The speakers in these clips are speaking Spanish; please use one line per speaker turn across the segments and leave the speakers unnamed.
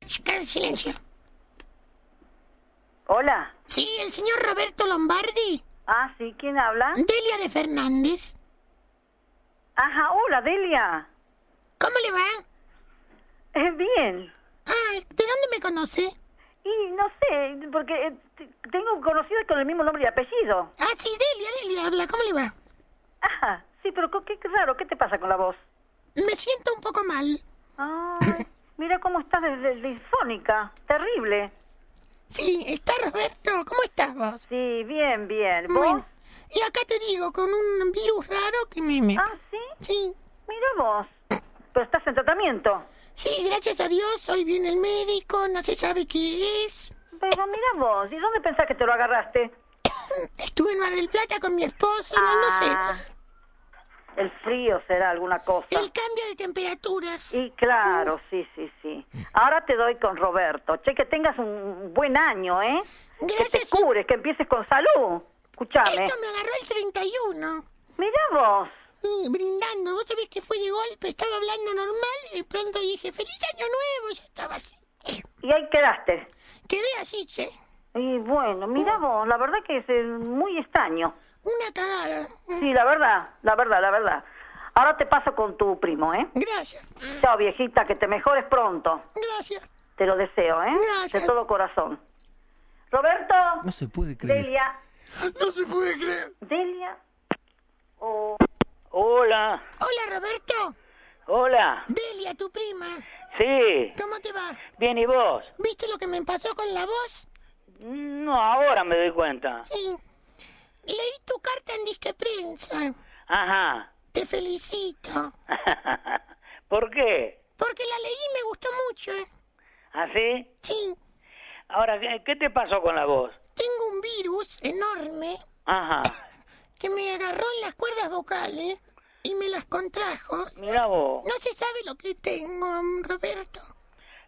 Shh, Silencio.
Hola.
Sí, el señor Roberto Lombardi.
Ah, sí, ¿quién habla?
Delia de Fernández.
Ajá, hola, Delia.
¿Cómo le va?
Eh, bien.
Ah, ¿de dónde me conoce?
Y no sé, porque eh, t- tengo conocidos con el mismo nombre y apellido.
Ah, sí, Delia, Delia, habla, ¿cómo le va?
Ajá, sí, pero co- qué raro, ¿qué te pasa con la voz?
Me siento un poco mal.
Ay, mira cómo estás de- de- disfónica, terrible.
Sí, está Roberto, ¿cómo estás vos?
Sí, bien, bien. ¿Vos?
Bueno, y acá te digo, con un virus raro que me... me-
Ah, sí,
Sí,
mira vos. Pero estás en tratamiento.
sí, gracias a Dios, hoy viene el médico, no se sabe qué es.
Pero mira vos, ¿y dónde pensás que te lo agarraste?
Estuve en Mar del Plata con mi esposo, no, no sé, no
Ah.
sé.
El frío será alguna cosa.
El cambio de temperaturas.
Y claro, sí, sí, sí. Ahora te doy con Roberto. Che, que tengas un buen año, ¿eh? Que te
Gracias.
cures, que empieces con salud. Escúchame.
Esto me agarró el 31.
Mira vos.
Sí, brindando, vos sabés que fue de golpe, estaba hablando normal y de pronto dije, feliz año nuevo, yo estaba así. Eh,
Y ahí quedaste.
Quedé así, che,
Y bueno, mira vos, la verdad que es eh, muy extraño.
una cagada. Mm,
Sí, la verdad, la verdad, la verdad. Ahora te paso con tu primo, ¿eh?
Gracias,
Chao, viejita, que te mejores pronto.
gracias.
Te lo deseo, ¿eh?
Gracias.
De todo corazón. Roberto,
No se puede creer.
Delia,
No se puede creer.
Delia, o...
Hola,
Hola, Roberto.
hola.
Delia, tu prima.
Sí,
¿Cómo te va?
bien, ¿y vos?
¿Viste lo que me pasó con la voz?
No, ahora me doy cuenta.
Sí. Leí tu carta en disque prensa.
Ajá.
Te felicito.
¿Por qué?
Porque la leí y me gustó mucho. eh.
¿Así?
Sí.
Ahora, ¿qué- ¿qué te pasó con la voz?
Tengo un virus enorme
Ajá.
que me agarró en las cuerdas vocales y me las contrajo.
Mira vos.
No se sabe lo que tengo, Roberto.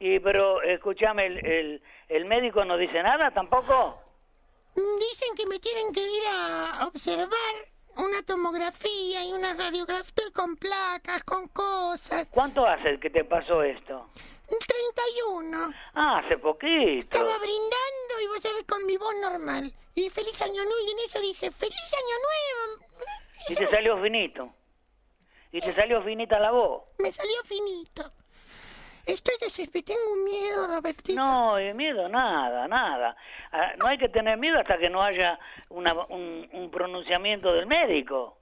Y pero, escúchame, el, el, el médico no dice nada tampoco?
Mm, Dicen que me tienen que ir a observar una tomografía y una radiografía. Estoy con placas, con cosas.
¿Cuánto hace que te pasó esto?
31.
Ah, hace poquito.
Estaba brindando y vos sabés con mi voz normal. Y feliz año nuevo. Y en eso dije, feliz año nuevo.
Y te salió finito. Y te salió finita la voz.
Me salió finito. Estoy desesperado. Tengo un miedo, Robertito.
No, de miedo nada, nada. Ah, No hay que tener miedo hasta que no haya una- un, un pronunciamiento del médico.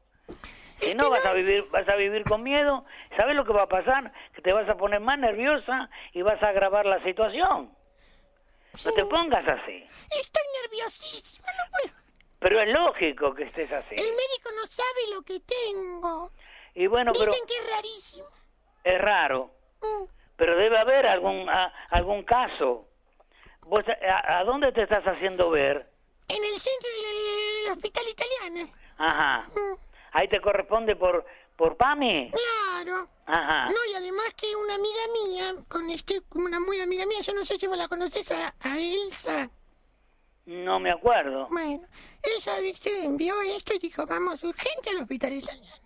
Si no vas a vivir, vas a vivir con miedo. ¿Sabes lo que va a pasar? Que te vas a poner más nerviosa y vas a agravar la situación. No te pongas así.
Estoy nerviosísima. No puedo.
Pero es lógico que estés así.
El médico no sabe lo que tengo.
Y bueno, pero
Dicen que es rarísimo.
es raro.
Mm.
Pero debe haber algún a- algún caso. ¿Vos eh, a, a dónde te estás haciendo ver?
En el centro del del hospital italiano.
Ajá.
Mm.
Ahí te corresponde por por PAMI.
Claro.
Ajá.
No, y además que una amiga mía, con este, una muy amiga mía, yo no sé si vos la conocés, a- a Elsa.
No me acuerdo.
Bueno, ella, viste, envió esto y dijo, vamos urgente al hospital italiano.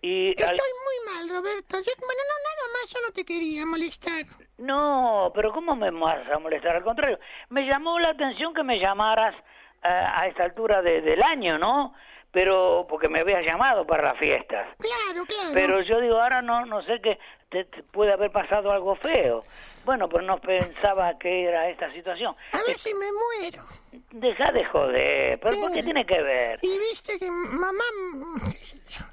Y al-
Estoy muy mal, Roberto. Yo- bueno, no, nada más, yo no te quería molestar.
No, pero ¿cómo me vas a molestar? Al contrario, me llamó la atención que me llamaras eh, a esta altura de- del año, ¿no? Pero porque me habías llamado para las fiestas.
Claro, claro.
Pero yo digo, ahora no no sé que te, te puede haber pasado algo feo. Bueno, pero no pensaba que era esta situación.
A ver si me muero.
Deja de joder, pero ¿por qué tiene que ver?
Y viste que mamá, qué sé yo,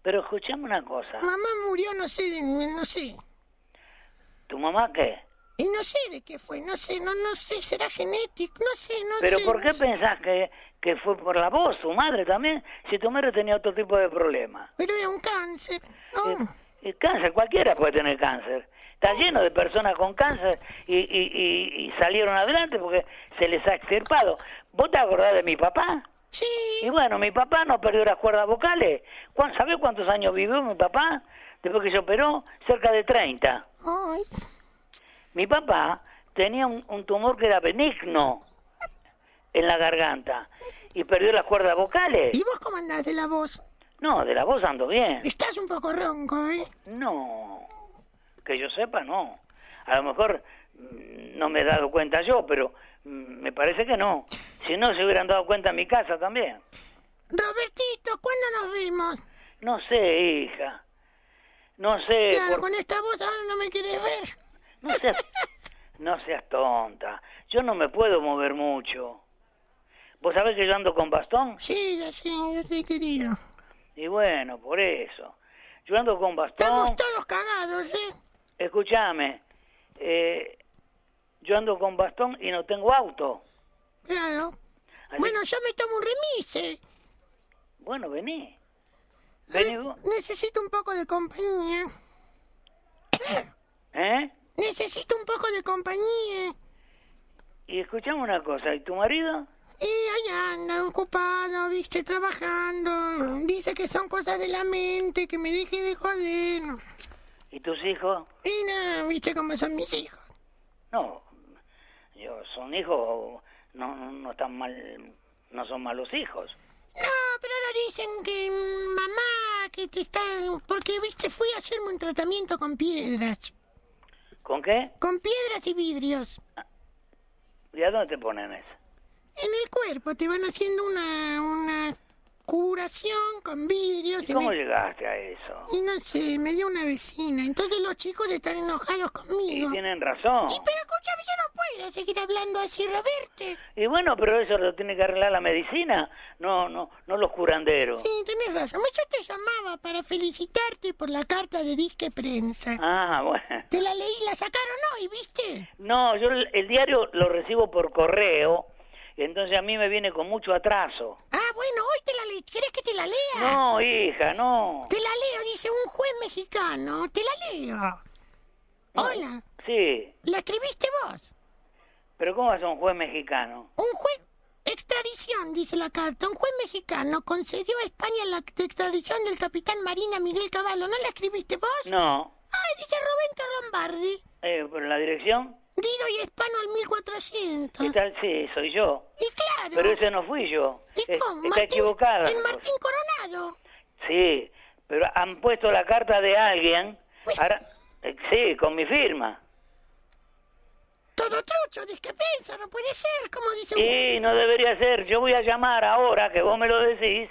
Pero escuchame una cosa.
mamá murió, no sé, de- no sé.
¿Tu mamá qué?
Y no sé de qué fue, no sé, no, no sé, será genético, no sé, no sé.
Pero ¿por qué
no sé.
pensás que, que fue por la voz, tu madre también? Si tu madre tenía otro tipo de problema.
Pero era un cáncer, ¿no?
El, el Eh, cáncer, cualquiera puede tener cáncer. Está lleno de personas con cáncer y, y- y- y salieron adelante porque se les ha extirpado. ¿Vos te acordás de mi papá?
Sí,
Y bueno, mi papá no perdió las cuerdas vocales. ¿Cuán- ¿Sabés cuántos años vivió mi papá? Después que se operó, cerca de 30.
ay,
Mi papá tenía un, un tumor que era benigno en la garganta y perdió las cuerdas vocales.
¿Y vos cómo andás de la voz?
No, de la voz ando bien.
Estás un poco ronco, ¿eh?
No, que yo sepa, no.
a lo mejor mm, no me he dado cuenta yo, pero mm, me parece que no. Si no, se hubieran dado cuenta en mi casa también.
Robertito, ¿cuándo nos vimos?
No sé, hija. No sé.
claro,
por-
con esta voz ahora no me querés ver.
No seas, no seas tonta. Yo no me puedo mover mucho. ¿Vos sabés que yo ando con bastón?
Sí, yo sí, yo sí, querido.
Y bueno, por eso. Yo ando con
Estamos
bastón.
todos cagados, ¿eh?
Escúchame. eh, yo ando con bastón y no tengo auto.
Claro.
Así-
Bueno, yo me tomo un remise.
Bueno, vení. Vení vos.
Necesito un poco de compañía.
¿Eh?
Necesito un poco de compañía.
Y escuchame una cosa. ¿Y tu marido?
Y ahí anda, ocupado, viste, trabajando. Dice que son cosas de la mente, que me deje de joder.
¿Y tus hijos?
Y nada, viste cómo son mis hijos.
No. Yo, son hijos. No, no, no están mal. No son malos hijos.
No, pero ahora dicen que mm, mamá, que te están... Porque, viste, fui a hacerme un tratamiento con piedras.
¿Con qué?
Con piedras y vidrios.
¿Y a dónde te ponen eso?
En el cuerpo te van haciendo una, una curación con vidrios.
¿Y
en
cómo
el-
llegaste a eso?
Y no sé, me dio una vecina. Entonces los chicos están enojados
Y
conmigo.
tienen razón.
Y pero escúchame, yo no puedo seguir hablando así, Roberto.
Y bueno, pero eso lo tiene que arreglar la medicina, no no no los curanderos.
Sí, tenés razón. Pues Yo te llamaba para felicitarte por la carta de disque prensa.
Ah, bueno.
Te la leí, la sacaron hoy, ¿viste?
No, yo el, el diario lo recibo por correo, y entonces a mí me viene con mucho atraso.
Ah, bueno, hoy te la leí. ¿Querés que te la lea?
No, hija, no.
Te la leo, dice un juez mexicano. Te la leo. Hola,
Sí,
la escribiste vos.
pero ¿cómo hace un juez mexicano?
Un juez. Extradición, dice la carta. Un juez mexicano concedió a España la extradición del capitán Marina Miguel Caballo. ¿No la escribiste vos?
No,
Ay, dice Roberto Lombardi.
eh, pero la dirección,
Guido y Hispano al 1400.
¿qué tal? Sí, soy yo.
Y claro.
Pero ese no fui yo.
¿Y
Es-
cómo?
está
Martín-
equivocada.
En
la cosa.
Martín Coronado.
Sí, pero han puesto la carta de alguien. Ahora, eh, sí, con mi firma.
Todo trucho, disque prensa, no puede ser, como dice un...
Y no debería ser. Yo voy a llamar ahora que vos me lo decís,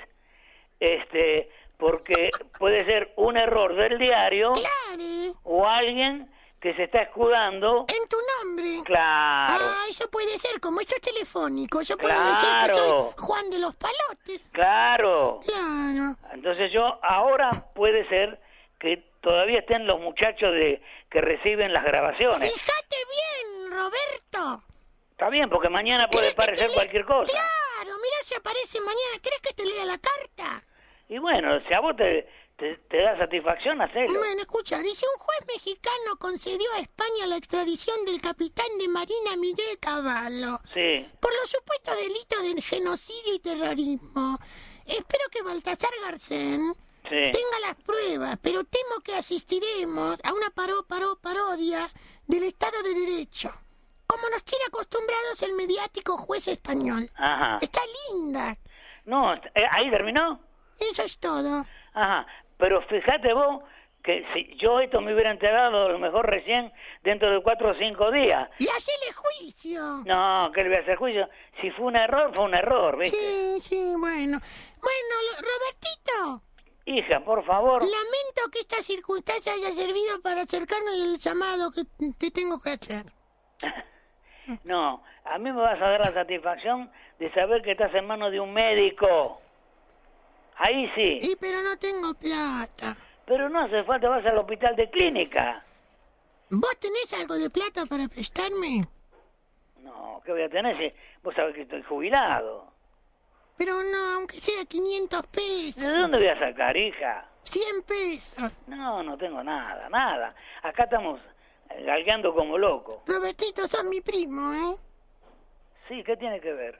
este, porque puede ser un error del diario
Claro,
o alguien que se está escudando.
en tu nombre.
Claro,
Ah, eso puede ser, como esto es telefónico, yo puedo decir que
Claro.
soy Juan de los Palotes.
claro.
Claro.
Entonces yo ahora puede ser que todavía estén los muchachos de que reciben las grabaciones.
Fíjate bien, Roberto.
Está bien, porque mañana
¿Querés
puede
que te
parecer
lea?
cualquier cosa.
Claro, mira si aparece mañana. ¿Crees que te lea la carta?
Y bueno, si a vos te, te, te da satisfacción, hacelo.
Bueno, escucha, dice un juez mexicano concedió a España la extradición del capitán de Marina Miguel Caballo
Sí.
por los supuestos delitos de genocidio y terrorismo. Espero que Baltasar Garcén
Sí.
tenga las pruebas, pero temo que asistiremos a una paró, paró, parodia del Estado de Derecho, como nos tiene acostumbrados el mediático juez español.
Ajá.
Está linda.
No, eh, ahí terminó.
Eso es todo.
Ajá. Pero fíjate vos que si yo esto me hubiera enterado a lo mejor recién dentro de cuatro o cinco días.
Y hacele juicio.
No, que le voy a hacer juicio. Si fue un error, fue un error, ¿viste?
Sí, sí, bueno. Bueno, lo- Robertito,
Hija, por favor.
lamento que esta circunstancia haya servido para acercarnos el llamado que te tengo que hacer.
No, a mí me vas a dar la satisfacción de saber que estás en manos de un médico. Ahí sí.
Y pero no tengo plata.
Pero no hace falta, vas al hospital de clínica.
¿Vos tenés algo de plata para prestarme?
No, ¿qué voy a tener si vos sabés que estoy jubilado?
Pero no, aunque sea 500
¿De
pesos,
dónde voy a sacar, hija?
100 pesos.
No, no tengo nada, nada. Acá estamos galgando como locos.
Robertito, sos mi primo, ¿eh?
Sí, ¿qué tiene que ver?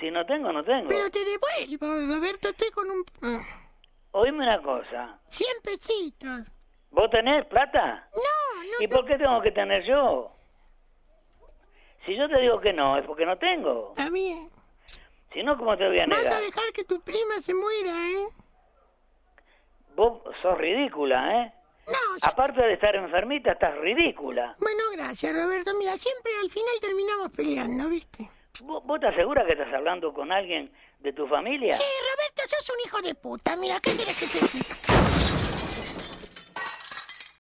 Si no tengo, no tengo.
Pero te devuelvo, Roberto, estoy con un... ah,
Oíme una cosa.
100 pesitos.
¿Vos tenés plata?
No, no,
¿Y por qué tengo que tener yo? Si yo te digo que no, es porque no tengo.
está bien.
Si no, ¿cómo te voy a
eh. Vas a
negar?
dejar que tu prima se muera, ¿eh?
Vos sos ridícula, ¿eh?
No, ya-
Aparte de estar enfermita, estás ridícula.
Bueno, gracias, Roberto. Mira, siempre al final terminamos peleando, ¿viste?
¿Vos, vos te aseguras que estás hablando con alguien de tu familia?
Sí, Roberto, sos un hijo de puta. Mira, ¿qué querés que te diga?